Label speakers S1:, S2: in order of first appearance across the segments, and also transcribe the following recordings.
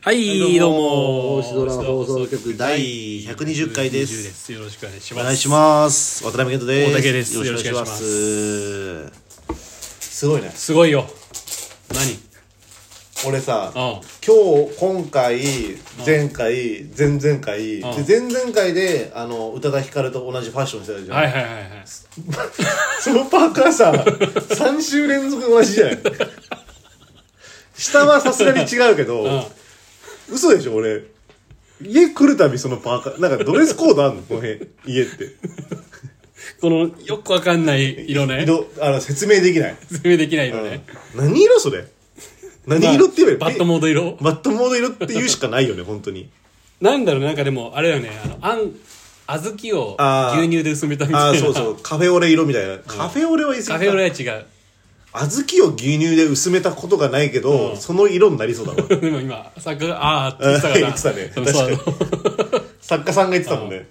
S1: はい、どうも。
S2: 星空放送局第
S3: 第120回
S1: 120
S3: で。
S1: ですす。よろしくお願いし
S3: お
S1: ます。
S3: 願いします。渡辺健人です。
S1: 大竹です
S3: よろしくお願いします。すごいね。
S1: す。ごいよ。何
S3: 俺さ、
S1: うん
S3: 今日、今回、前回、前々回、で
S1: ん
S3: 前々回で、あの、宇多田ヒカルと同じファッションしてたじゃん。
S1: はいはいはいはい。
S3: そのパーカーさ、3週 連続同じじゃない下はさすがに違うけど、嘘でしょ、俺。家来るたびそのパーカー、なんかドレスコードあんのこの辺、家って。
S1: この、よくわかんない色ね。
S3: 色あの説明できない、
S1: 説明できない色ね。
S3: 何色それ何色って言えば
S1: バ
S3: い
S1: ッ
S3: い
S1: トモード色
S3: バットモード色って言うしかないよね本当 に
S1: なんだろう、なんかでも、あれよね、あの、あん、小豆を
S3: あー
S1: 牛乳で薄めたみたいな。
S3: ああそうそうカフェオレ色みたいな、カフェオレは言い過ぎ
S1: カ
S3: か
S1: フェオレは違う。
S3: 小豆を牛乳で薄めたことがないけど、その色になりそうだわ
S1: でも 今、作画、あーって言ってたから。
S3: 言って
S1: そ
S3: た
S1: う
S3: ね
S1: そうあの
S3: 作家さんが言ってたもんね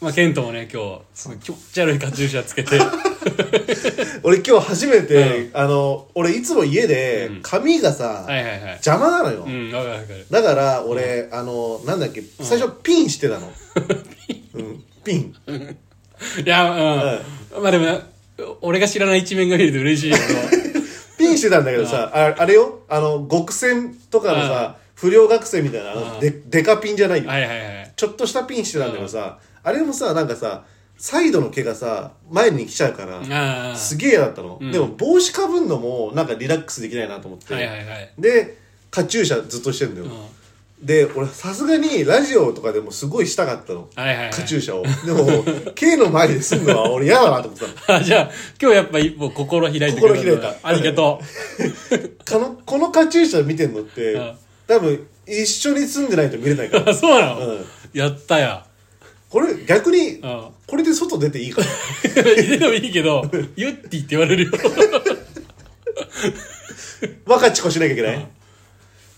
S1: まあ、ケントもね、今日、その気持ち悪いカチューシャつけ て。
S3: 俺今日初めて、あの俺いつも家で髪がさ、
S1: はいはいはい。
S3: 邪魔なのよ、
S1: うん、わかるわかる。
S3: だから俺、あのなんだっけ最初ピンしてたの、うん、 ピン
S1: いや、うん。まあでもな、俺が知らない一面が見れて嬉しいよ。
S3: ピンしてたんだけどさ、ああれよ、あの、極戦とかのさ、不良学生みたいな、あの、で、デカピンじゃ ないよ。
S1: はいはいはい。
S3: ちょっとしたピンしてたんだけどさ、あれもさ、なんかさ、サイドの毛がさ、前に来ちゃうから、
S1: あ
S3: すげえ嫌だったの。でも帽子かぶんのも、なんかリラックスできないなと思って。
S1: あ。はいはいはい。
S3: で、カチューシャずっとしてんだよ。で、俺さすがにラジオとかでもすごいしたかったの。
S1: はいはいはい
S3: カチューシャを。でも、K の前ですんのは俺嫌だなと思ってたの。
S1: あ、じゃあ、今日やっぱ一歩心開いてれ
S3: 心開いた
S1: ありがと
S3: このこのカチューシャ見てんのって、
S1: うん
S3: 多分一緒に住んでないと見れない か
S1: う。あ、
S3: ら
S1: そうなの、
S3: うん
S1: やったや。
S3: これ逆に、
S1: ん
S3: これで外出ていいから
S1: でもいいけど、ユッティって言われるよ。
S3: 若ちこしなきゃいけない、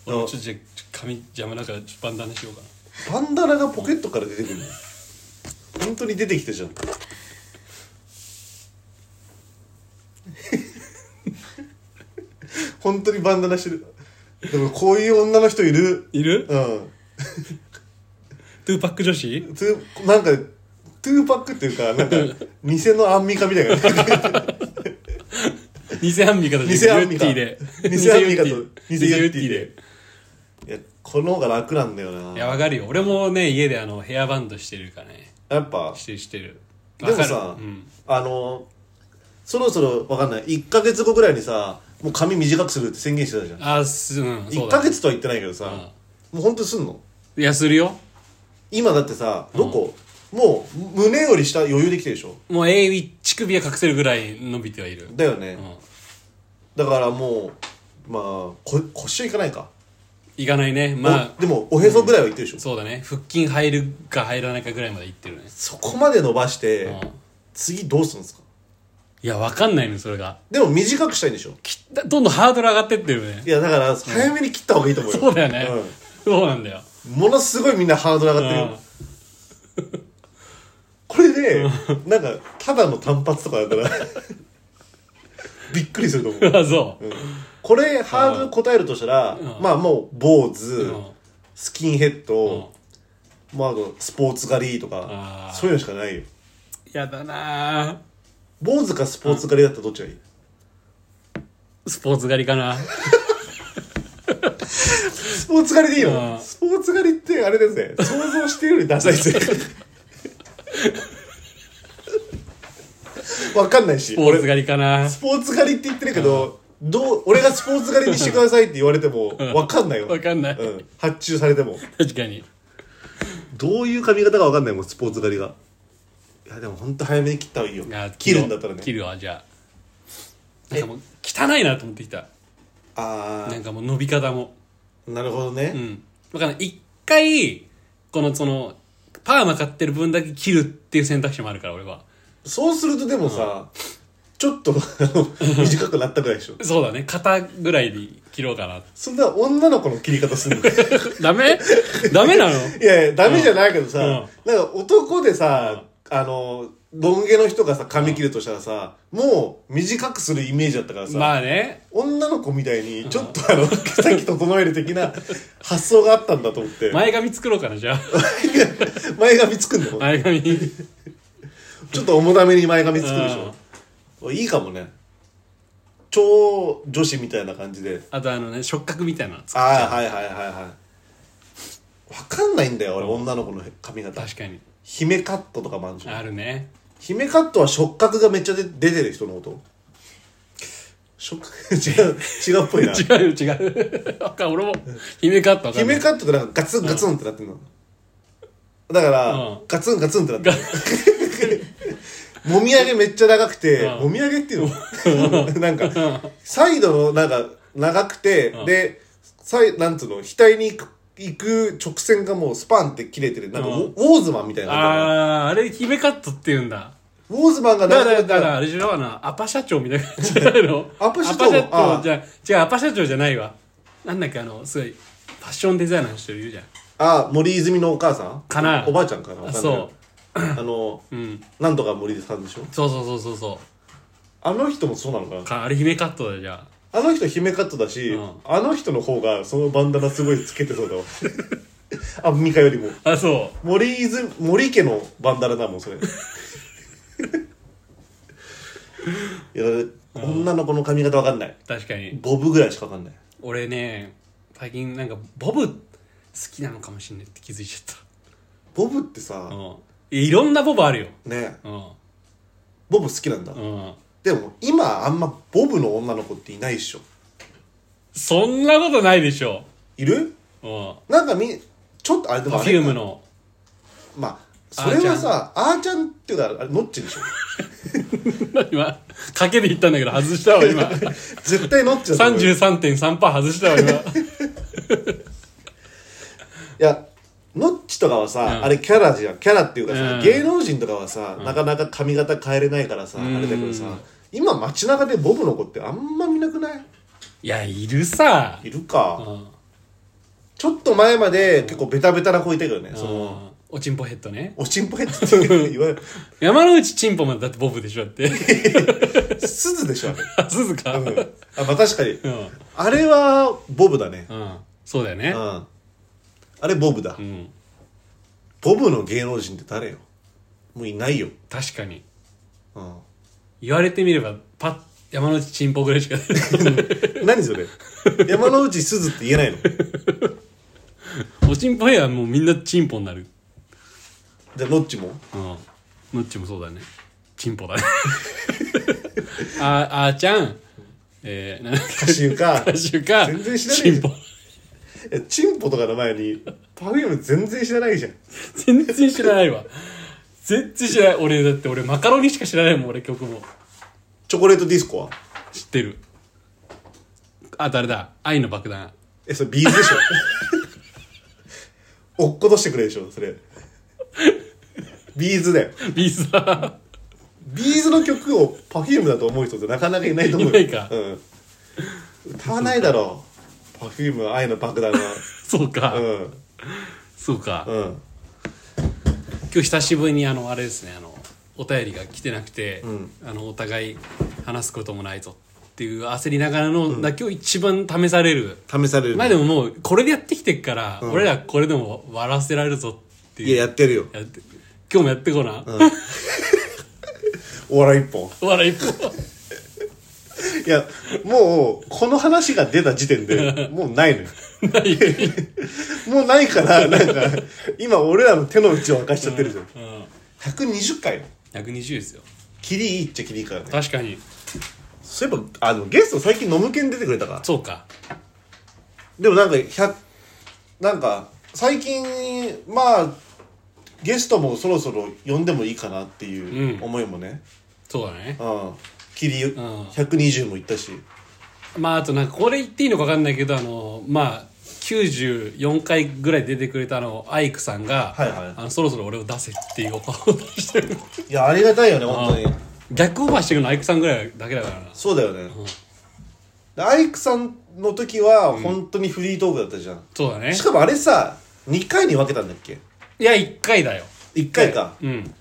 S1: 俺もちょっとじゃあちょっと髪邪魔だから、ちょっとバンダナしようかな。
S3: バンダナがポケットから出てくるの本当に出てきたじゃん本当にバンダナしてるでもこういう女の人いる
S1: いる、
S3: うん
S1: トゥーパック女子
S3: トゥーなんかトゥーパックっていうかなん か偽のアンミカみたいな
S1: 偽アンミカと
S3: 偽アンミカ
S1: ユッティで。
S3: 偽アンミカと
S1: 偽
S3: 偽
S1: ユ
S3: ユ
S1: ッティ
S3: ッティ
S1: で
S3: で。いやこの方が楽なんだよない
S1: や、わかるよ。俺もね、家であの、ヘアバンドしてるからね。
S3: やっぱ
S1: してるしてる。
S3: でも
S1: わ
S3: さ
S1: か、るうん
S3: あのそろそろわかんない1か月後ぐらいにさもう髪短くするって宣言してたじゃん
S1: あ、す、うん、そう
S3: 1
S1: だ
S3: か月とは言ってないけどさ、もう本当にすんの
S1: いや、するよ。
S3: 今だってさどこ、もう胸より下余裕できてるでしょ
S1: もう A 乳首は隠せるぐらい伸びてはいる。
S3: だよね、
S1: ん
S3: だからもうまあこ腰はいかないか、
S1: いかないね。まあ
S3: お、でもおへそぐらいはいってるでしょ、
S1: そうだね。腹筋入るか入らないかぐらいまでいってるね。
S3: そこまで伸ばして、
S1: うん
S3: 次どうするんですか
S1: いや、わかんないの、それが。
S3: でも短くしたいんでしょ
S1: きだどんどんハードル上がってってるよね
S3: い。やだから早めに切った方がいいと思うよ、
S1: そうだよね。
S3: うん
S1: そうなんだよ。
S3: ものすごいみんなハードル上がってるよ、これでなんかただの単発とかだったら びっくりすると思
S1: う
S3: うん
S1: あ、 そう。
S3: これハードル答えるとしたら、まあもう坊主、
S1: ん
S3: スキンヘッド、まあ、あとスポーツ狩りと
S1: あ
S3: か
S1: ー
S3: そういうのしかないよ
S1: やだなぁ
S3: 坊主かスポーツ狩りだったらどっちがいい、
S1: スポーツ狩りかな。
S3: スポーツ狩りでいいの、
S1: うん
S3: スポーツ狩りってあれですね想像してるよりダサいですね わかんないし
S1: スポーツ狩りかな。
S3: スポーツ狩りって言ってるけど、どう、俺がスポーツ狩りにしてくださいって言われても、わかんないよ。
S1: わかんない
S3: うん。発注されても。
S1: 確かに。
S3: どういう髪型かわかんないもん、スポーツ狩りが。いや、でも本当早めに切った方がいいよ
S1: あ。
S3: 切るんだったら
S1: 切
S3: ね。
S1: るわ、じゃあ。なんかもう、汚いなと思ってきた。
S3: あ
S1: なんかもう伸び方も。
S3: ー、なるほど
S1: う
S3: ね。
S1: ん。だから一回、このその、パーマ買ってる分だけ切るっていう選択肢もあるから、俺は。
S3: そうするとでもさ、ちょっと短くなったぐらいでしょ。
S1: そうだね。肩ぐらいで切ろうかな。
S3: そんな女の子の切り方するの い
S1: ダメダメなの
S3: やいや、ダメじゃないけどさ、
S1: うん
S3: なんか男でさ、あの、ロン毛の人がさ、髪切るとしたらさ、もう短くするイメージだったからさ、
S1: まあね
S3: 女の子みたいに、ちょっとあの、毛先整える的な発想があったんだと思って、
S1: 前髪作ろうかなじゃあ
S3: 前髪つくんだもん。
S1: 前髪
S3: ちょっと重ために前髪つくでしょ。いいかもね。超女子みたいな感じで。
S1: あとあのね触覚みたいなの作っ
S3: ああ、はいはいはいはい。わかんないんだよ、俺、女の子の髪型。
S1: 確かに
S3: 姫カットとかもあるじゃん。
S1: あるね
S3: 姫カットは触覚がめっちゃで出てる人のこと触違う、違うっぽいな。
S1: 違う違う わかん俺も姫カットわかんな
S3: 姫
S1: い
S3: カットってなんかガツンガツンってなってんの。だから、
S1: うん
S3: ガツンガツンってなってる。 もみあげめっちゃ長くて、
S1: うん
S3: もみあげっていうの なんか、サイドのなんか長くて、で、サイ、なんつうの、額に行く行く直線がもうスパンって切れてる。なんかウォ、ウォーズマンみたいな感
S1: ああーあれ姫カットって言うんだ
S3: じ。ウォーズマンが
S1: だか
S3: 長くな
S1: ら、
S3: っ
S1: だ
S3: た
S1: から、あれでしょあの、アパ社長みたいな感じじゃないの
S3: アパ社長
S1: ア
S3: あ
S1: パ社長
S3: あ
S1: じゃ、違う、アパ社長じゃないわ。なんだっけ、あの、すごい、ファッションデザイナーの人いるじゃん。
S3: あ、森泉のお母さん
S1: かな
S3: おばあちゃんかなわかんない
S1: そう
S3: あの、
S1: うん。
S3: なんとか森さんでしょ
S1: そうそうそうそうそ
S3: あの人もそうなのかな
S1: う。かあれ、姫カットだよ、じゃ
S3: あの人姫カットだし、
S1: うん
S3: あの人の方がそのバンダナすごいつけてそうだわ。 あ、ミカよりも。
S1: あ。あ、そ
S3: 森泉、森家のバンダナだもん、それ。い や、女の子の髪型わかんない。
S1: う。確かに。
S3: ボブぐらいしかわかんない。
S1: 俺ね、最近なんか、ボブ、好きなのかもしんないって気づいちゃっ
S3: ボブってさ
S1: た。う、ん。いろんなボブあるよ。
S3: ね、
S1: うん。
S3: ボブ好きなんだ。
S1: うん。
S3: でも、今あんまボブの女の子っていないっしょ。
S1: そんなことないでしょ。
S3: いる
S1: うん。
S3: なんかみ、ちょっとあれでも
S1: パ
S3: あ
S1: フ
S3: れ
S1: ューム の。
S3: まあ、それはさ、あーちゃんっていうか、あれ、ノッチでしょ。
S1: 今、賭けで言ったんだけど、外したわ、 今。
S3: 絶対ノッチだと思うよ
S1: 33.3%外したわ、今。
S3: いやノッチとかはさ、
S1: うん
S3: あれキャラじゃんキャラっていうかさ、
S1: うん
S3: 芸能人とかはさ、なかなか髪型変えれないからさ、あれだけどさ今街中でボブの子ってあんま見なくない
S1: いや、いるさ。
S3: いるか、
S1: うん
S3: ちょっと前まで結構ベタベタな子いたけどね、その
S1: うんおちんぽヘッドね。
S3: おちんぽヘッドって言われる
S1: 山之内ちんぽまでだってボブでしょだって。
S3: 鈴でしょあれ、
S1: あ、鈴か。うん。
S3: うん、あまあ確かに、
S1: うん。
S3: あれはボブだね
S1: そうだよね
S3: う。んあれボブだ、
S1: うん。
S3: ボブの芸能人って誰よもういないよ、
S1: 確かに。
S3: うん、
S1: 言われてみれば、パッ、山之内ちんぽぐらいしか 出てこない。
S3: 何それ山之内すずって言えないの
S1: おちんぽヘはもうみんなちんぽになる。
S3: じゃあノッチも
S1: うん。のっちもそうだね。ちんぽ だね。あ、あーちゃん。えー、なんか、
S3: 歌手か
S1: 歌手か。
S3: 全然知らない
S1: ちんぽ。
S3: えチンポとかの前にパフューム全然知らないじゃん
S1: 全然知らないわ全然知らない俺だって俺マカロニしか知らないもん俺曲も
S3: チョコレートディスコは
S1: 知ってるあ誰だ愛の爆弾
S3: えそれビーズでしょ 落っことしてくれでしょそれビーズだよ
S1: ビーズだ
S3: ビーズの曲をパフュームだと思う人ってなかなかいないと思うよ
S1: いないか
S3: うん、歌わないだろうパフューム愛の爆弾は
S1: そうか、
S3: うん
S1: そうか、
S3: うん
S1: 今日久しぶりにあのあれですねあのお便りが来てなくて、あのお互い話すこともないぞっていう焦りながらの、だ今日一番試される
S3: 試される、
S1: まあでももうこれでやってきてっから、俺らこれでも笑わせられるぞっていう
S3: いややってるよ
S1: やって今日もやってこな、
S3: お笑い一本
S1: 笑いっぽ
S3: いや、もう、この話が出た時点で、もうないのよ。
S1: ない
S3: もうないから、 なんか、今俺らの手の内を明かしちゃってるじゃん。
S1: うん
S3: 120回よ。
S1: 120ですよ
S3: キリいいっちゃキリいいからね。
S1: 確かに
S3: そういえば、あの、ゲスト最近ノムケン出てくれたから。
S1: そうか
S3: でもなんか、100、なんか、最近、まあ、ゲストもそろそろ呼んでもいいかなっていう思いもね。
S1: そうだね
S3: うん。キリ、
S1: ん
S3: 120もいったし。
S1: まああとなんかこれ言っていいのか分かんないけどあのまあ94回ぐらい出てくれたあのアイクさんが、
S3: はいはい
S1: あのそろそろ俺を出せっていうオファーを出してる
S3: いや、ありがたいよね、本当に。
S1: 逆オファーしてくるのアイクさんぐらいだけだからな
S3: そうだよね、でアイクさんの時は本当にフリートークだったじゃん、
S1: そうだね
S3: しかもあれさ2回に分けたんだっけ
S1: いや1回だよ
S3: 1回か、
S1: うん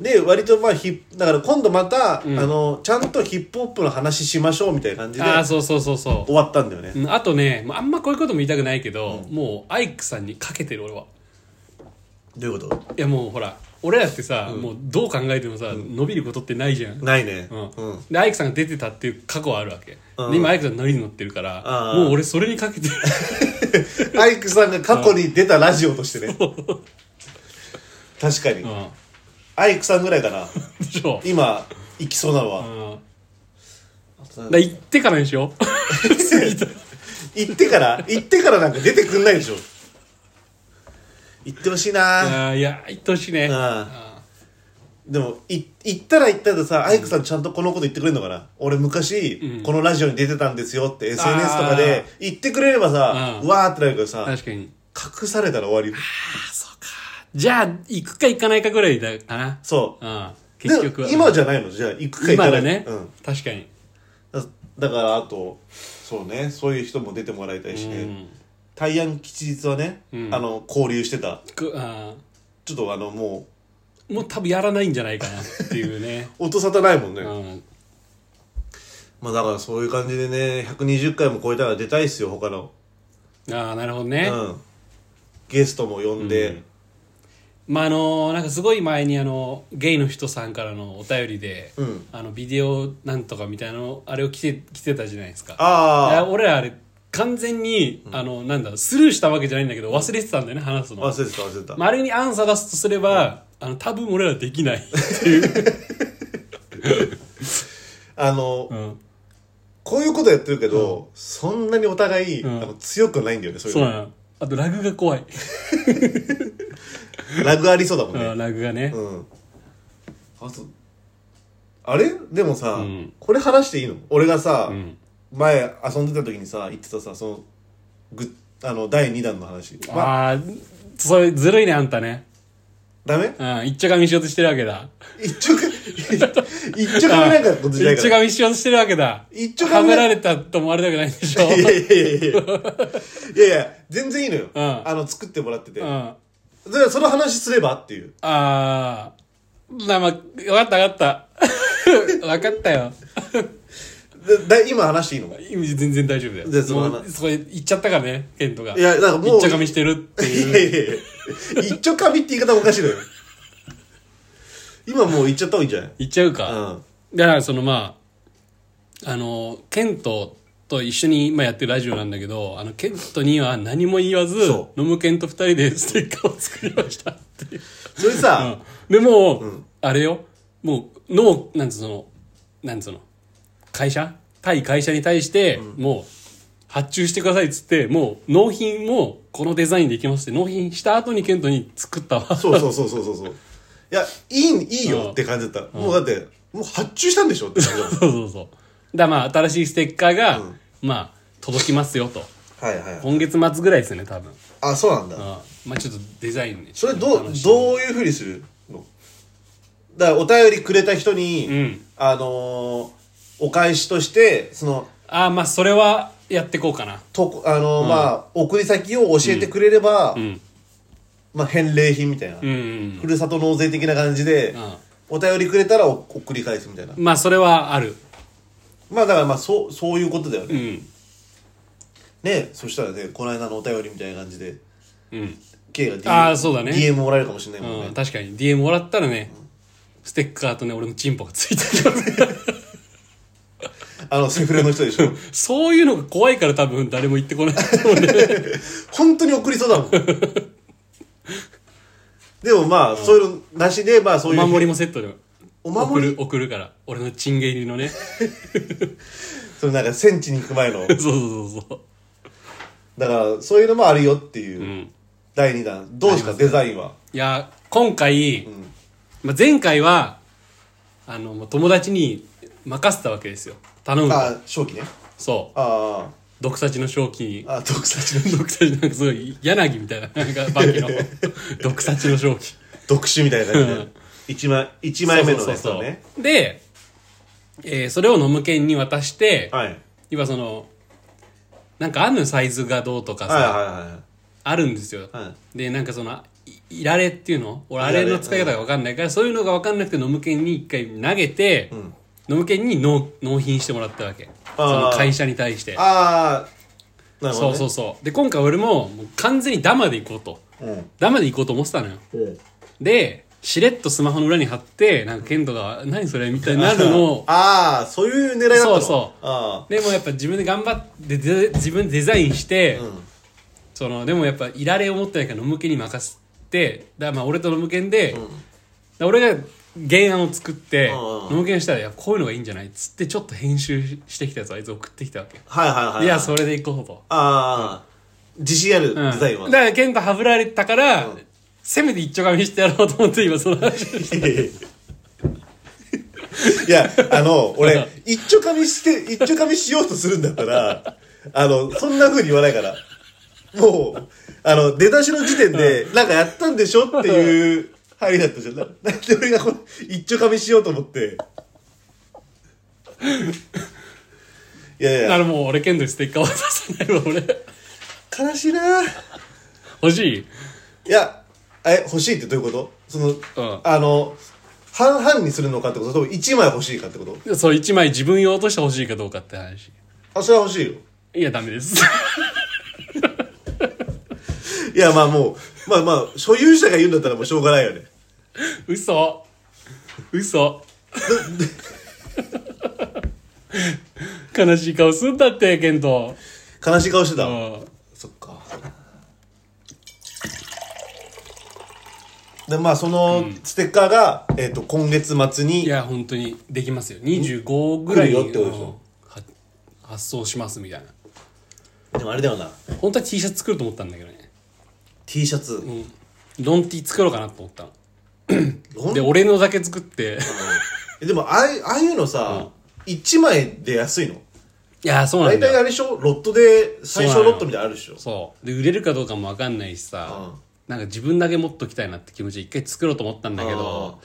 S3: で割とまあヒップだから今度また、
S1: ん
S3: あのちゃんとヒップホップの話しましょうみたいな感じで
S1: ああそうそうそうそ
S3: 終わったんだよね、
S1: う、うん、あとねまああんまこういうことも言いたくないけど、もうアイクさんにかけてる俺は
S3: どういうこと
S1: いやもうほら俺らってさ、もうどう考えてもさ、伸びることってないじゃん
S3: ないね
S1: う
S3: うんん、
S1: でアイクさんが出てたっていう過去はあるわけ、
S3: うん
S1: で今アイクさん乗りに乗ってるから、
S3: うん
S1: もう俺それにかけてる
S3: アイクさんが過去に出たラジオとし てね確かに、
S1: うん
S3: アイクさんぐらいかな
S1: でしょ、
S3: 今行きそうなのは、
S1: うん、だから行ってからにしよ う
S3: 行ってから行ってからなんか出てくんないでしょ行ってほしいな
S1: あーいや行ってほしいね
S3: あでもい行ったら行ったらさアイクさんちゃんとこのこと言ってくれるのかな俺昔、このラジオに出てたんですよって SNS とかで言ってくれればさ
S1: うん
S3: うわーってなるけど
S1: うん
S3: さ
S1: 確かに
S3: 隠されたら終わりよ
S1: じゃあ行くか行かないかぐらいだかな、、
S3: そううんで
S1: 結局は
S3: 今じゃないのじゃあ行くか行
S1: 今
S3: かな
S1: が
S3: い
S1: ね、
S3: うん、
S1: 確かに
S3: だだからあとそうねそういう人も出てもらいたいしね、大安吉日はね、あの交流してた
S1: くあ
S3: ちょっとあのも
S1: ーもう多分やらないんじゃないかなっていう ね
S3: う音沙汰ないもんね、
S1: うん
S3: まあだからそういう感じでね120回も超えたら出たいっすよ他の
S1: ああなるほどね、
S3: うんゲストも呼んで、
S1: まああのなんかすごい前にあのゲイの人さんからのお便りで、
S3: うん
S1: あのビデオなんとかみたいなのあれを着て着てたじゃないですかあ
S3: あ
S1: 俺らあれ完全に、あのなんだスルーしたわけじゃないんだけど忘れてたんだよね話す
S3: あ
S1: の、
S3: 忘れてた忘れてた、
S1: まあ、あれにアンサー出すとすれば、あの多分俺らできないっていう、
S3: あの、
S1: うん、
S3: こういうことやってるけど、そんなにお互い、
S1: ん
S3: あの強くないんだよねそういう
S1: そう
S3: の
S1: なのあとラグが怖い、
S3: ラグありそうだもん
S1: う
S3: ね
S1: ん、ラグがね、
S3: うん、あとあれでもさ、
S1: うん
S3: これ話していいの俺がさ、
S1: ん
S3: 前遊んでた時にさ言ってたさそのぐあの第2弾の話、まあ、
S1: ああそれずるいねあんたね
S3: ダメ
S1: うん一丁噛みしようとしてるわけだ
S3: 一丁か一丁かみなんかこと
S1: 一
S3: じゃないか
S1: 丁
S3: ら。
S1: 噛みしようとしてるわけだ
S3: 一丁
S1: は
S3: 髪
S1: められたと思われたくないんでしょ
S3: いやいやいやいや。 いやいや、全然いいのよ。
S1: ん
S3: あの、作ってもらってて。
S1: うん
S3: だか
S1: あ
S3: らその話すればっていう。
S1: あーなまあ分かった分かった 分かったよ
S3: でだ今話していいの
S1: 全然大丈夫だよ
S3: でその
S1: もうそこ行っちゃったからねケントが
S3: いや、なんかもう。
S1: 一丁噛みしてるって
S3: い
S1: いう
S3: やいやいや。一丁髪って言い方おかしいのよ。今もう言っちゃった方がいいんじゃない
S1: 行っちゃう
S3: う
S1: か、
S3: ん。
S1: だからそのまああのケントと一緒に今やってるラジオなんだけどあのケントには何も言わず
S3: そ
S1: ノムケンと二人でステッカーを作りましたっていう
S3: それさ、
S1: でも、あれよもうのなんつうのなんつうの会社対会社に対して、もう発注してくださいっつってもう納品もこのデザインでいきますって納品した後にケントに作ったわ
S3: そうそうそうそうそうそう。いや、いい、いいよって感じだった。もうだって、もう発注したんでしょって感じだ っ
S1: そうそうそうだからまあ新しいステッカーが、まあ届きますよと
S3: た。はいはい。
S1: 今月末ぐらいですね多分
S3: あ、そうなんだ。
S1: あまあちょっとデザインね
S3: それどうどういうふうにするのだからお便りくれた人に、
S1: ん
S3: あのーお返しとしてその
S1: ああまあそれはやってこうかな
S3: とこあのーまあ送り先を教えてくれれば、
S1: ん
S3: まあ、返礼品みたいな、
S1: うんうん
S3: ふるさと納税的な感じで、お便りくれたらお送り返すみたいな
S1: まあそれはある
S3: まあだからまあそうそういうことだよ
S1: う
S3: ね、
S1: ん
S3: ねそしたらねこの間のお便りみたいな感じで
S1: うん、
S3: K が DM,
S1: あーそうだね
S3: DM もらえるかもしれないもんね、
S1: うん、確かに DM もらったらね、ステッカーとね俺のチンポがついて るからね
S3: あのセフレの人でしょ
S1: そういうのが怖いから多分誰も言ってこないと思うね
S3: 本当に送りそうだ もんでもまあ、そういうのなしでまあそう
S1: お
S3: いう
S1: 守りもセットで
S3: お守り
S1: 送る送るから俺のチンゲ入りのね そう
S3: そのなんか戦地に行く前の
S1: そうそうそう
S3: だからそういうのもあるよっていう、第2弾どうですかデザインはい
S1: や今回、まあ、前回はあのもう友達に任せたわけですよ頼むと
S3: あ正気ね
S1: そう
S3: あ
S1: 毒殺の正気に
S3: ああ毒殺 の
S1: 毒殺なんかすごい柳みたいななんかバキ の毒殺の正気
S3: 毒酒みたいな感じ で、ね、1, 枚一枚目のね
S1: そう
S3: そ
S1: そううそう
S3: ね
S1: で、えーそれを飲む券に渡して、
S3: はい
S1: 今そのなんかあんのよサイズがどうとかさ、
S3: はいはいはい
S1: あるんですよ、
S3: は
S1: でなんかそのいいられっていうの俺あれの使い方が分かんないから、そういうのが分かんなくてノムケンに一回投げて、
S3: ん
S1: ノムケンに納納品してもらったわけそ
S3: あ
S1: の
S3: ー
S1: 会社に対して
S3: ああなるほ
S1: そ
S3: ど、ね、
S1: うそうそうで今回俺ももう完全にダマで行こうと
S3: うん
S1: ダマで行こうと思ってたのよ
S3: うん
S1: でしれっとスマホの裏に貼ってなんかケントが「何それ?」みたいになるのを
S3: ああそういう狙いだったの
S1: そうそう
S3: あ
S1: でもやっぱ自分で頑張ってで自分でデザインして、
S3: ん
S1: そのでもやっぱいられを持ってないからノムケンに任せてだからまあ俺とノムケンで、だから俺が原案を作って、
S3: うんうんうん
S1: ノムケンしたらいやこういうのがいいんじゃないっつってちょっと編集してきたやつをあいつ送ってきたわけ、
S3: あはいはいはい
S1: いやそれでいこうと、
S3: ああ自信ある
S1: うん
S3: デザインは、
S1: だからケンとはぶられたから、せめて一丁紙してやろうと思って今その話をして
S3: いや、あの、俺、一丁噛みして、一丁噛みしようとするんだったら、あの、そんな風に言わないから。もう、あの、出だしの時点で、なんかやったんでしょっていう入りだったじゃん。ななんで俺がこの一丁噛みしようと思って。いやい
S1: だか
S3: や、
S1: らもう俺ケントにステッカー渡さないわ俺
S3: 悲しいなぁ
S1: 欲しい
S3: いや、え、欲しいってどういうことその、
S1: ん
S3: あの、半々にするのかってことそれとも1枚欲しいかってこと
S1: そう一枚自分用として欲しいかどうかって話
S3: あ、それは欲しいよ。
S1: いやダメです
S3: いや、まあもう、まあまあ、所有者が言うんだったらもうしょうがないよね。
S1: 嘘嘘悲しい顔すんだってケント
S3: 悲しい顔してた。
S1: うん
S3: そっか。で、まあそのステッカーが、えっ、と、今月末
S1: い
S3: に、
S1: や本当にできますよ25ぐらいに
S3: 来るよってことでし
S1: う
S3: ょ
S1: んは発送しますみたいな
S3: でもあれだよな、
S1: 本当は T シャツ作ると思ったんだけどね
S3: T シャツ。
S1: ロン T 作ろうかなと思ったの
S3: ほん
S1: で俺のだけ作って
S3: えでもああい、ああいうのさ、一1枚で安いの
S1: いやそうなん
S3: 大
S1: だ
S3: 体
S1: よ
S3: あれでしょロットで、最
S1: そうな
S3: 小
S1: の
S3: ロットみたいなのあるでしょ
S1: そうで売れるかどうかも分かんないしさ
S3: うん
S1: なんか自分だけ持っときたいなって気持ちで一回作ろうと思ったんだけど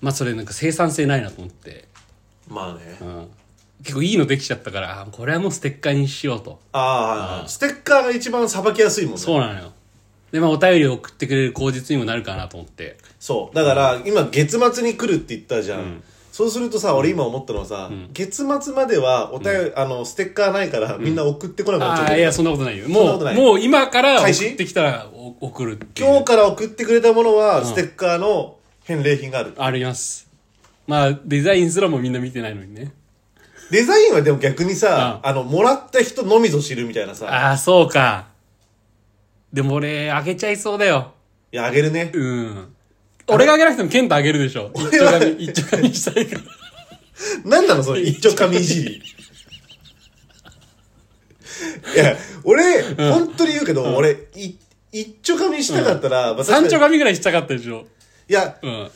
S1: まあそれなんか生産性ないなと思って、
S3: まあね。
S1: うん、結構いいのできちゃったからあこれはもうステッカーにしようと
S3: ああ、ステッカーが一番さばきやすいもんね。
S1: そうなのよでまあお便りを送ってくれる口実にもなるかなと思って
S3: そうだから今月末に来るって言ったじゃん、そうするとさ俺今思ったのはさ、月末まではお便り、あのステッカーないからみんな送ってこなくなっち
S1: あ
S3: ゃう
S1: あ
S3: け
S1: い
S3: ど、
S1: やそんなことないよ
S3: そんな
S1: も
S3: ことな
S1: う
S3: い
S1: もう今から送
S3: 開始
S1: ってきたらお送るっていう
S3: 今日から送ってくれたものはステッカーの返礼品がある、
S1: ありますまあデザインすらもみんな見てないのにね
S3: デザインはでも逆にさ、あのもらった人のみぞ知るみたいなさ
S1: ああそうかでも俺あげちゃいそうだよ
S3: いやあげるね、
S1: うん俺があげなくてもケントあげるでし ょ一丁
S3: は
S1: 紙一丁紙したいから
S3: なんなのその 一丁紙いじりいや俺、本当に言うけど、俺い一丁紙したかったら、 まあ
S1: 三丁
S3: 確かに
S1: 紙ぐらいしたかったでしょ
S3: いや
S1: うん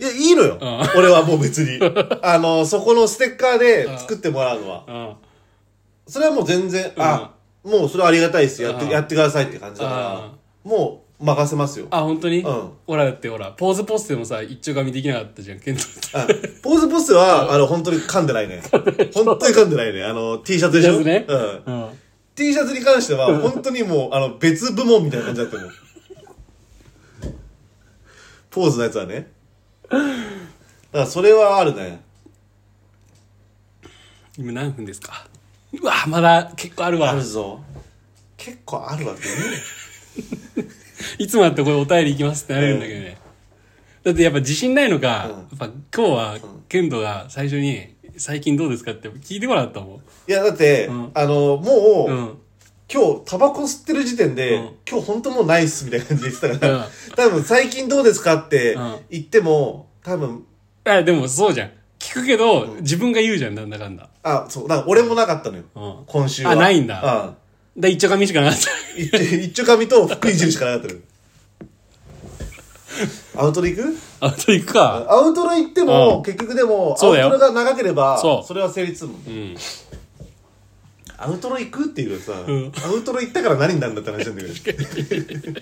S3: いや、いいのよ。俺はもう別 に。あの、そこのステッカーで作ってもらうのは。
S1: うん
S3: それはもう全然、あ、もうそれはありがたいです。やって、やってくださいって感じだか
S1: う
S3: ら、もう任せますよ。
S1: あ本当に、
S3: うん
S1: ほらだってほらポーズポストでもさ一丁紙できなかったじゃんケントって
S3: あポーズポストは、あの、本当に噛んでないね。本当に噛んでないね。あの、T シャツでしょ
S1: T シャツね
S3: うん
S1: う。ん
S3: T シャツに関しては、本当にもう、あの、別部門みたいな感じだったもん。ポーズのやつはね。だからそれはあるね。
S1: 今何分ですかうわまだ結構あるわ
S3: あるぞ。結構あるわけね。
S1: いつもだってこれお便りいきますってなれるんだけどね、だってやっぱ自信ないのか、やっぱ今日はケントが最初に「最近どうですか?」って聞いてもらったもん
S3: いや、だって、あの、もう、
S1: うん
S3: 今日、タバコ吸ってる時点で、
S1: うん
S3: 今日本当もうないっすみたいな感じで言ってたから、
S1: うん
S3: 多分最近どうですかって
S1: うん
S3: 言っても、多分、
S1: あでもそうじゃん聞くけど、自分が言うじゃんなんだかんだ
S3: あ、そう、だから俺もなかったのよ。
S1: うん
S3: 今週は。
S1: あないんだ
S3: うん。
S1: で一丁紙しかなかった
S3: 一丁一丁紙と福井汁しかなかったのよ。アウトロ行く
S1: あと行くか
S3: アウトロ行っても、
S1: うん
S3: 結局でも、ア
S1: そう
S3: ウ
S1: だよ
S3: トロが長ければ、
S1: そ
S3: そうれは成立するもんね。
S1: うん
S3: アウトロ行くっていうさ、
S1: ん
S3: アウトロ行ったから何になるんだって話なんだけど。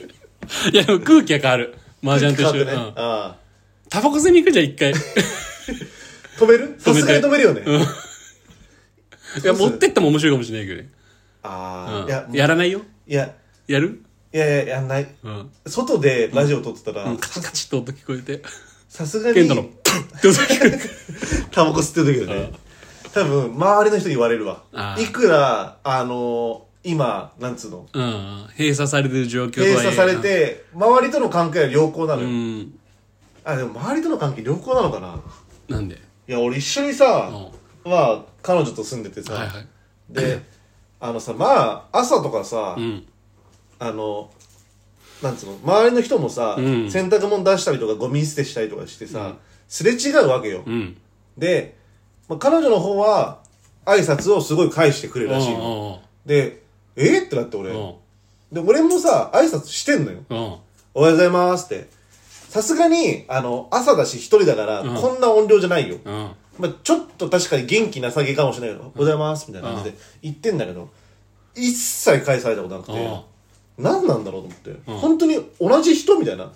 S1: いやでも空気が変わる麻雀と一緒
S3: 変わ
S1: う
S3: っ
S1: ん
S3: てね。ああ
S1: タバコ吸いに行くじゃん一 回い
S3: 止めるさすがに止めるよね。
S1: や持ってっても面白いかもしれないけどね
S3: ああ、
S1: うん
S3: いや、
S1: やらないよ
S3: いや、
S1: やる
S3: いやいや、やんない。
S1: うん。
S3: 外でラジオ撮ってたら
S1: うん、カチカチって音聞こえて、
S3: さすがに
S1: ケンタの、パンって音聞こえて。
S3: タバコ吸ってる時だね。多分、周りの人に言われるわ
S1: あ。ー
S3: いくら、あのー、今、なん つうの、
S1: うん。閉鎖されてる状況とはいえ
S3: 閉鎖され。て、周りとの関係は良好なの
S1: う
S3: よ。
S1: ん。
S3: あ、でも周りとの関係良好なのかな
S1: なんで
S3: いや、俺一緒にさ
S1: うん。、は
S3: まあ、彼女と住んでて
S1: い
S3: さ、
S1: はい。
S3: で、 あのさ、まあ、朝とかさ、
S1: うん。
S3: あの、なんつうの、周りの人もさ、
S1: うん
S3: 洗濯物出したりとか、ゴミ捨てしたりとかしてさ、すれ違うわけよ。
S1: うん。
S3: で、まあ、彼女の方は、挨拶をすごい返してくれる
S1: うん
S3: らしいの。で、えー、ってなって俺
S1: う。ん
S3: で、俺もさ、挨拶してんのよ。
S1: うん。
S3: おはようございますって。さすがに、あの、朝だし一人だから、
S1: うん
S3: こんな音量じゃないよ。
S1: うん。
S3: まあ、ちょっと確かに元気なさげかもしれないけど、おはようございますみたいな感じで言ってんだけど、一切返されたことなくて、何なんだろうと思って、
S1: ん
S3: 本当に同じ人みたいな。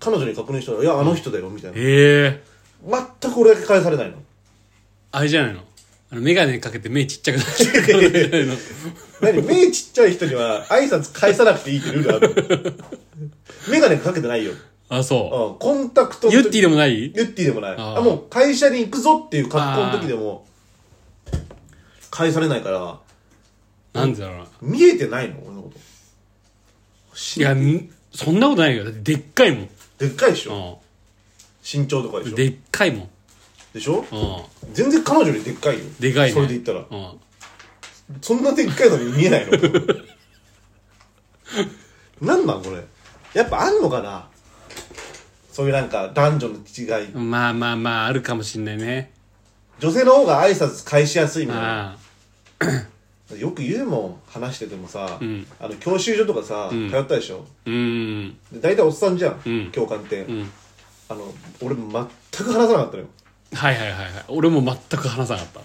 S3: 彼女に確認したら、いや、あの人だよ、みたいな。
S1: へえ。
S3: 全く俺だけ返されないの。
S1: あれじゃないのあの、メガネかけて目ちっちゃくなってるからじゃない の。
S3: 何目ちっちゃい人には挨拶返さなくていいってルールある のメガネかけてないよ。
S1: あ、そう。
S3: うん、コンタクトの時
S1: ユッティでもない
S3: ユッティでもない。
S1: あ
S3: あ
S1: ー
S3: もう会社に行くぞっていう格好の時でも、返されないから、
S1: なんでだろうな。
S3: 見えてないの俺のこと。
S1: いや、んそんなことないよ。だってでっかいもん。
S3: でっかいでしょ
S1: う
S3: 身長とかでし
S1: ん。
S3: ょ
S1: で
S3: で
S1: っかいもん。
S3: しょ
S1: う
S3: 全然彼女よりでっかいよ。
S1: ん。でかいね。
S3: それで言ったら。
S1: うん。
S3: そんなでっかいのに見 えないのなんなんこれ。やっぱあんのかなそういうなんか男女の違い。
S1: まあまあまあ、あるかもしんないね。
S3: 女性の方が挨拶返しやすいみたいな。
S1: あ
S3: よく言うもん、話しててもさ、
S1: ん
S3: あの、教習所とかさ、通ったでしょ
S1: あ。うん。
S3: で大体おっさんじゃん、
S1: ん
S3: 教官って、
S1: ん
S3: あの俺全く話さなかったのよ
S1: はいはいはいはい。俺も全く話さなかっ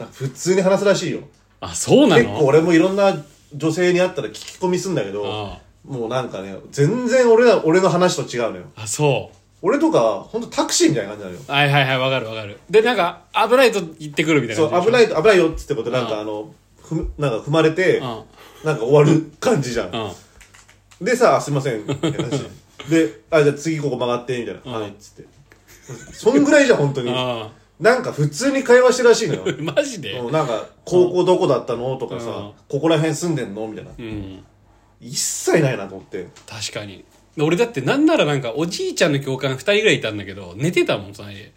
S3: なんか普通に話すらしいよ
S1: た。あ、そうなの
S3: 結構俺もいろんな女性に会ったら聞き込みすんだけど
S1: あ
S3: もうなんかね全然俺ら俺の話と違うのよ
S1: あ、そ
S3: 俺とかほんとタクシーみたいな感じなのよ
S1: う。はいはいはい、わかるわかる。で、なんか、危ないと言ってくるみたいな
S3: そう危
S1: ない。
S3: ない危ないよっつってことでなんかあのふなんか踏まれて
S1: うん。
S3: なんか終わる感じじゃん
S1: うん。
S3: でさあ「すいません」みたいな感 じで「あじゃあ次ここ曲がって」みたいな「
S1: うん
S3: はい」っつってそんぐらいじゃん本当に
S1: あ
S3: なんか普通に会話してるらしいのよ
S1: あ。マジで
S3: うんなんか、高校どこだったのとかさ、
S1: うん
S3: ここら辺住んでんのみたいな。
S1: うん。
S3: 一切ないなと思って。
S1: 確かに。俺だってなんならなんかおじいちゃんの教官二人ぐらいいたんだけど、寝てたもん、隣で。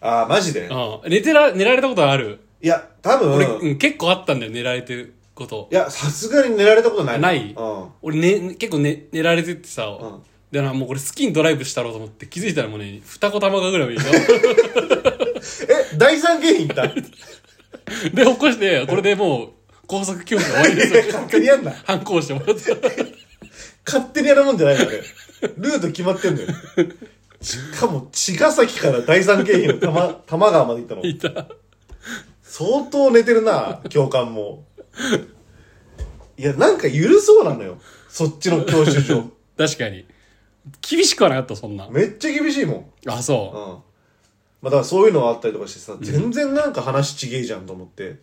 S3: ああ、マジで
S1: うん。寝てら、寝られたことある。
S3: いや、多
S1: 俺、
S3: 分、
S1: う
S3: い
S1: ん、結構あったんだよ、寝られてること。
S3: や、さすがに寝られたことない
S1: ない
S3: うん。
S1: 俺、ね、結構寝、寝られてってさ、
S3: ん
S1: でなもうこれスキンドライブしたろうと思って気づいたらもうね、二子玉川ぐらいまでいた
S3: え、第三原因行った
S1: で、起こして、これでもう、高速教育終わり ですよ。
S3: 勝手にやんな。
S1: 反抗してもらった。
S3: 勝手にやるもんじゃないのね。ルート決まってんのよ。しかも、茅ヶ崎から第三原因の玉玉川まで行ったの。
S1: いた。
S3: 相当寝てるな、教官も。いや、なんか緩そうなのよ。そっちの教習所。
S1: 確かに。厳しくはなかった、そんな。
S3: めっちゃ厳しいもん。
S1: あ、そう。
S3: うん。まあだからそういうのはあったりとかしてさ、全然なんか話ちげえじゃんと思って。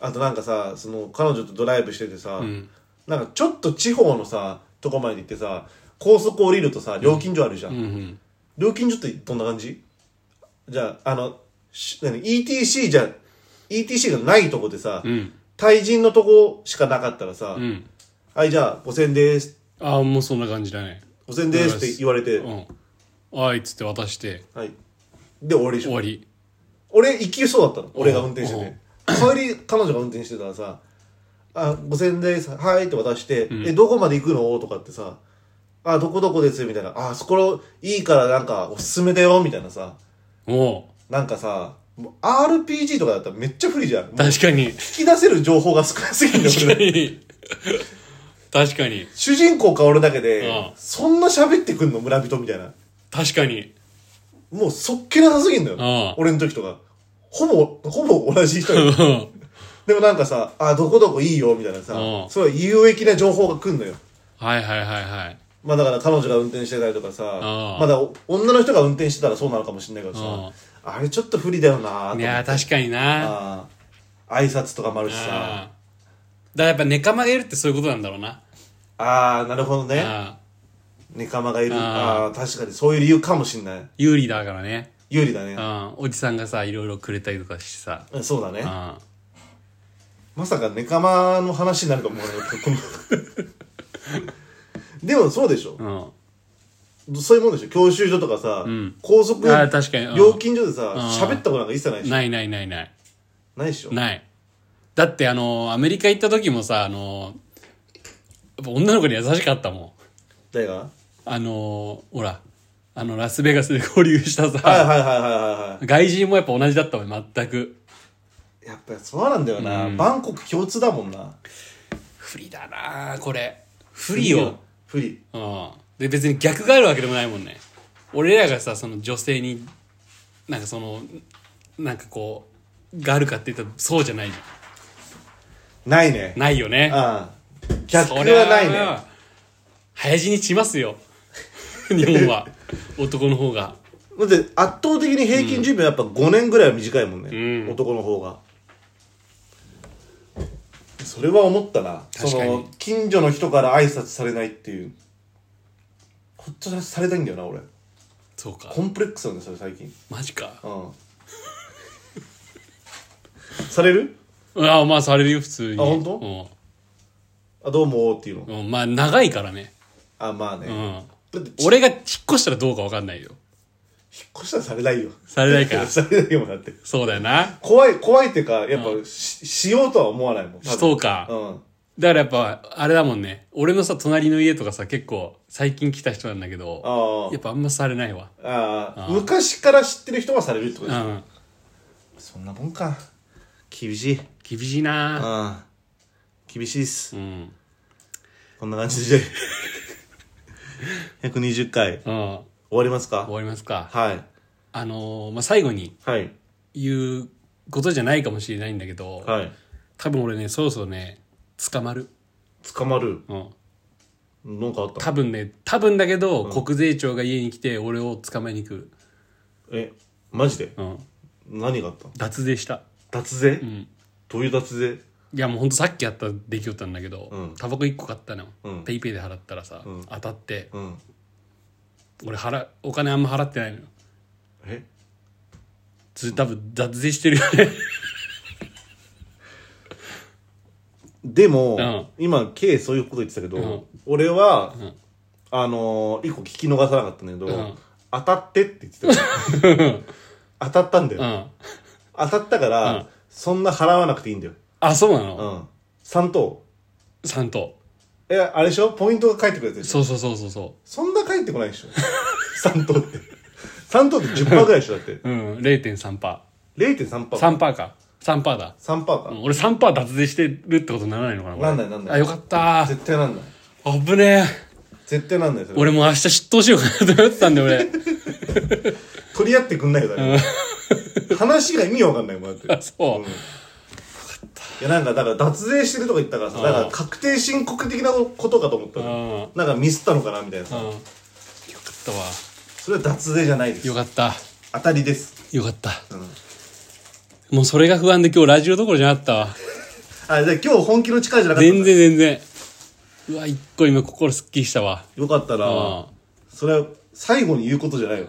S3: あとなんかさ、その彼女とドライブしててさ、
S1: ん
S3: なんかちょっと地方のさ、とこまで行ってさ、高速降りるとさ、料金所あるじゃん。
S1: うんうん。
S3: 料金所ってどんな感じじゃあ、あの、し何 ?ETC じゃ、ETC がないとこでさ、
S1: うん。
S3: 対人のとこしかなかったらさ、
S1: うん。
S3: はい、じゃあ5000です、
S1: あ、もうそんな感じだね。
S3: 5000ですって言われて、
S1: うん。あいっつって渡して、
S3: はい。で終わりでしょ
S1: 終わり。
S3: 俺行きそうだったの俺が運転して
S1: う
S3: て帰り彼女が運転してたらさ「あ5000ですはい」って渡して「えどこまで行くの?」とかってさ「あどこどこです」みたいな「あそこのいいからなんかおすすめだよ」みたいなさ
S1: も
S3: なんかさもう RPG とかだったらめっちゃ不利じゃんもう
S1: う、確かに。
S3: 引き出せる情報が少なすぎるんだよ
S1: 確か
S3: 俺
S1: に。 確かに。
S3: 主人公か俺だけで、
S1: うん
S3: そんな喋ってくんの村人みたいな
S1: 確かに。
S3: もうそっけなさすぎんだよ、
S1: ん
S3: 俺の時とかほぼほぼ同じ 人
S1: う
S3: よ
S1: ん。
S3: でもなんかさ、あ、どこどこいいよ、みたいなさ
S1: う、ん
S3: すごい有益な情報が来んのよ。
S1: はいはいはいはい。
S3: まあだから彼女が運転してたりとかさ、
S1: ん
S3: まだお女の人が運転してたらそうなのかもしれないけ
S1: うん
S3: どさ、あれちょっと不利だよなぁと思って
S1: いやー確かにな
S3: あー挨拶とかもあるし
S1: あーだか
S3: さ、
S1: らやっぱネカマがいるってそういうことなんだろうな
S3: ああなるほどね
S1: ああ
S3: ネカマがいるあ
S1: あ
S3: あー確かにそういう理由かもしんない
S1: 有利だからね
S3: 有利だね
S1: ああおじさんがさいろいろくれたりとかしてさ
S3: うんそうだね
S1: ああ
S3: まさかネカマの話になるかも俺この でもそうでしょ
S1: うん
S3: そういうもんでしょ教習所とかさ、
S1: ん
S3: 高速
S1: あー確かにうん
S3: 料金所でさ
S1: ん
S3: 喋ったことなんか一切ないでしょ
S1: ないないないない
S3: ないでしょ
S1: ないだってあのアメリカ行った時もさあのやっぱ女の子に優しかったもん
S3: 誰が
S1: あのほらあのラスベガスで合流したさ、
S3: はいはいはいはいはいは
S1: 外人もやっぱ同じだったもん全く
S3: いやっぱりそうなんだよな、バンコク共通だもんな
S1: 不利だなあこれ不利よ、
S3: 不利
S1: うん、で別に逆があるわけでもないもんね俺らがさその女性になんかそのなんかこうがあるかって言ったらそうじゃないじゃ
S3: ないね
S1: んないよね
S3: ああ逆は
S1: そりゃあ
S3: ないね
S1: 早死にちますよ 日本は男の方が
S3: だって圧倒的に平均寿命やっぱ5年ぐらいは短いもんね、
S1: うん
S3: 男の方がそれは思ったな
S1: 確かに
S3: その近所の人から挨拶されないっていうほっとされたいんだよな俺
S1: そうか
S3: コンプレックスなんだよそれ最近
S1: マジか
S3: うんされる
S1: ああまあされるよ普通に
S3: あ本当あどうもーっていうの
S1: うん、うん、まあ長いからね
S3: あまあ
S1: う
S3: ね、
S1: ん
S3: だって
S1: 俺が引っ越したらどうか分かんないよ
S3: 引っ越したらされないよ
S1: されないから
S3: されないよだって
S1: そうだよな
S3: 怖い怖いっていうかやっぱし,、しようとは思わないもん多分
S1: そうか
S3: うん
S1: だからやっぱあれだもんね俺のさ隣の家とかさ結構最近来た人なんだけど
S3: あ
S1: やっぱあんまされないわ
S3: あああ昔から知ってる人はされるってこ
S1: う
S3: とでしょ
S1: ん
S3: そんなもんか厳しい
S1: 厳しいな
S3: ああ厳しいっす
S1: うん
S3: こんな感じで 120回終
S1: うん終
S3: わりますか
S1: わりますか
S3: はい
S1: あのーまあ最後に
S3: はい
S1: 言うことじゃないかもしれないんだけど、
S3: はい
S1: 多分俺ねそろそろね捕まる、
S3: 捕まる
S1: うん、
S3: なんかあった
S1: 多分ね多分だけど、国税庁が家に来て俺を捕まえに来る、
S3: えマジで
S1: うん、
S3: 何があったの
S1: 脱税した
S3: 脱税、
S1: ん
S3: どういう脱税
S1: いやもうほんとさっきやった出来事なんだけど、
S3: うん
S1: タバコ1個買ったの、
S3: うん
S1: ペイペイで払ったらさ、
S3: ん
S1: 当たって
S3: うん
S1: 俺払お金あんま払ってないのよ
S3: え
S1: ず多分脱税してるよね
S3: でも、
S1: うん
S3: 今 K そういうこと言ってたけど、
S1: ん
S3: 俺は、
S1: ん
S3: あのー、一個聞き逃さなかったんだけど、
S1: うん
S3: 当たってって言ってたよ 当たったんだよ、
S1: うん
S3: 当たったから、
S1: うん
S3: そんな払わなくていいんだよ
S1: あそうな
S3: う
S1: の、
S3: ん3等
S1: 三3等
S3: えあれでしょポイントが返ってくるやつでしょ
S1: そうそうそうそうそ
S3: そんな返ってこないでしょ 3等って3等って10%ぐらいでしょだって
S1: ううん0.3パ
S3: 0.3%3%
S1: ー3パーか3パーだ
S3: か、
S1: うん俺3パー脱税してるってことにならないのかなこれ
S3: なんないなんない
S1: あよかった
S3: 絶対なんない
S1: あぶねえ
S3: 絶対なんないそれ
S1: 俺もう明日出頭しようかなと思ってたんで俺
S3: 取り合ってくんないよ誰も話が意味わかんないもんだって
S1: あ そう、
S3: いやなんかだから脱税してるとか言ったからさだから確定申告的なことかと思ったのなんかミスったのかなみたい
S1: う
S3: な
S1: ん
S3: さ
S1: よかったわ
S3: それは脱税じゃないです
S1: よかった
S3: 当たりです
S1: よかった、もうそれが不安で今日ラジオどころじゃなかったわ
S3: あじゃあ今日本気の力じゃなかったん
S1: 全
S3: だ
S1: 然全然うわ一個今心すっきりしたわ
S3: よかった
S1: うん
S3: らそれは最後に言うことじゃないよ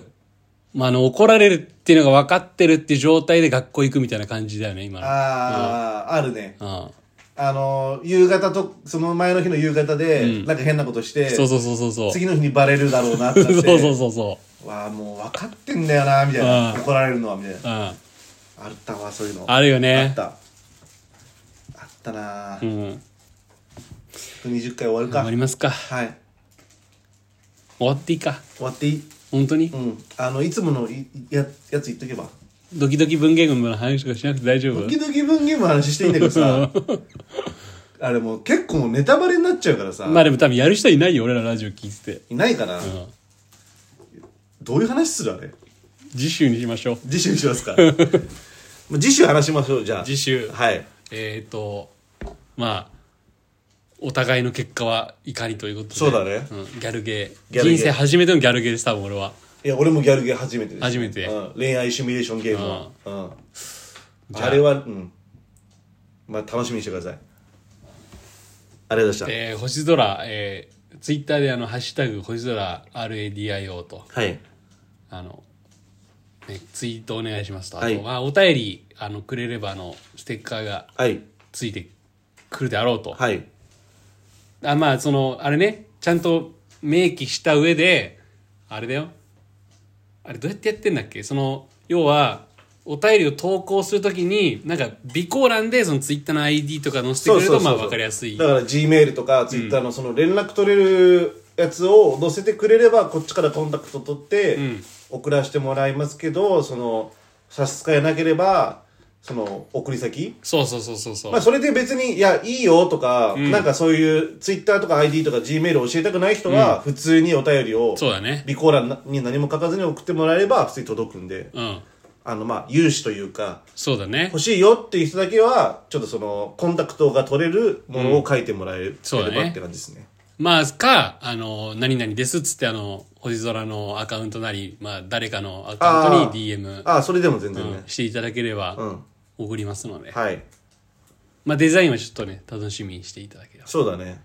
S1: まあ、あの怒られるっていうのが分かってるっていう状態で学校行くみたいな感じだよね今の
S3: あああるね
S1: うん
S3: あのー夕方とその前の日の夕方でなんか変なことして
S1: そうそうそうそうそう
S3: 次の日にバレるだろうなってなって
S1: そうそうそうそ
S3: わあもう分かってんだよなみたいな
S1: うん
S3: 怒られるのはみたいな
S1: ううん
S3: あったわそういうの
S1: あるよ
S3: あっ
S1: ね
S3: たあったなあ
S1: うん
S3: 20回終わる
S1: 終
S3: か
S1: わりますか
S3: はい
S1: 終わっていいか
S3: 終わっていい
S1: 本当に、
S3: うんあのいつものいややつ言っとけば
S1: ドキドキ文芸群の話とかしなくて大丈夫
S3: 時々文芸も話していいんだけどさ あれもう結構ネタバレになっちゃうからさ、
S1: まあでも多分やる人いないよ俺らラジオ聞いてて、
S3: いないかな、
S1: うん、
S3: どういう話するあれ
S1: 次週にしましょう
S3: 次週にしま すかまあ次週話しましょうじゃあ
S1: 次週
S3: はい
S1: えっ、ー、とまあお互いの結果は怒りということで
S3: そうだね
S1: ん、ギャルゲー
S3: ギャルゲー
S1: 人生初めてのギャルゲーです多分俺はい
S3: や俺もギャルゲー初めてです
S1: 初めて
S3: うん恋愛シミュレーションゲームはうん
S1: じゃ
S3: あれはうんまあ楽しみにしてくださいありがとうございまし
S1: えー、星空、えー、ツイッターであの、ハッシュタグ、星空 RADIO と、
S3: た。はい。
S1: あの、ね、ツイートお願いしますと。あと、
S3: はい
S1: まあ、お便り、あの、くれれば、あの、ステッカーが
S3: はい。
S1: ついてくるであろうと。
S3: はい。
S1: あ、まあ、その、あれね、ちゃんと明記した上で、あれだよ。あれ、どうやってやってんだっけその、要は、お便りを投稿するときに、なんか、備考欄で、そのツイッターの ID とか載せてくれると、まあ、わかりやすい。
S3: だから G メールとか Twitter のその連絡取れるやつを載せてくれればこっちからコンタクト取って
S1: ん
S3: 送らせてもらいますけどその差し支えなければその送り先
S1: そうそうそうそうそう。
S3: まあそれで別に、いや、いいよとか、なんかそういう、ツイッターとか ID とか G メール教えたくない人は、普通にお便りを、
S1: そうだね。
S3: 備考欄に何も書かずに送ってもらえれば、普通に届くんで、
S1: うん。
S3: あの、まあ、有志というか、
S1: そうだね
S3: 欲。しいよっていう人だけは、ちょっとその、コンタクトが取れるものを書いてもらえれ
S1: そうだ
S3: ば
S1: ね
S3: って感じですね。
S1: まあ、か、あの、何々ですっつって、あの、星空のアカウントなり、まあ、誰かのアカウントに DM
S3: ああ、それでも全然
S1: う
S3: ね
S1: ん。していただければ、
S3: うん。
S1: 送りますので。
S3: はい。
S1: まあ、デザインはちょっとね、楽しみにしていただければ。
S3: そうだね。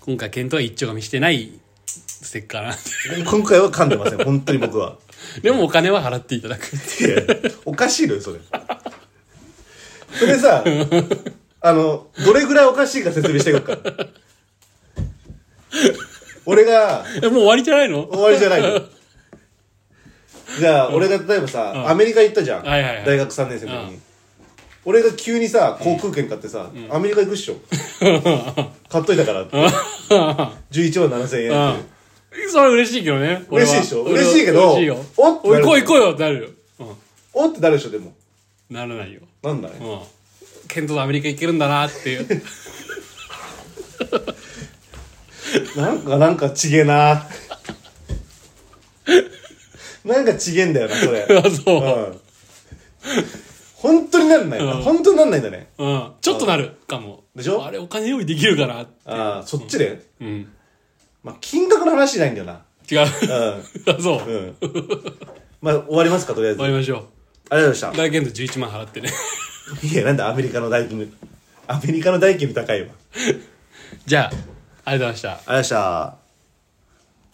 S1: 今回、検討は一丁紙してないステッカーなん
S3: 今回は噛んでません、本当に僕は。
S1: で。でも、お金は払っていただく。
S3: いやおかしいのよそれそれさあのどれぐらいおかしいか説明していくから俺が
S1: え、もう終わりじゃないの
S3: 終わりじゃないのじゃあ俺が例えばさ、アメリカ行ったじゃん、
S1: はいはいはい
S3: 大学3年生の時に、
S1: う
S3: 俺が急にさ航空券買ってさ、アメリカ行くっしょ買っといたからって11万7000円
S1: う
S3: っ
S1: ん。それは嬉しいけどね。俺は
S3: 嬉しいでしょ嬉しいけど
S1: 嬉しいよ。
S3: おっ
S1: おい、行こう行こうよってなるよ。う
S3: ておってなるでしょでも
S1: ん。ならないよ。
S3: なんだね、
S1: うん。ケントとアメリカ行けるんだなっていう。
S3: なんか、なんかちげえな。なんかちげえんだよな、それ。
S1: あそう
S3: うん。本当になんない。本当になんないんだね。
S1: うん、ちょっとなるかも。
S3: でしょ
S1: あれお金用意できるかな
S3: ああ、そっちで。
S1: うん。
S3: まあ、金額の話じゃないんだよな。
S1: 違う。
S3: うん。
S1: あ、そう。終
S3: うん。まあ、終わりますか、とりあえず。あ
S1: わ
S3: り
S1: りましょ。
S3: がとうございうま
S1: 大限度11万払ってね。
S3: した。いや、なんだ、アメリカの代金。アメリカの代金高いわ。ありがとう
S1: じゃあ、ありがとうございました。
S3: ございました。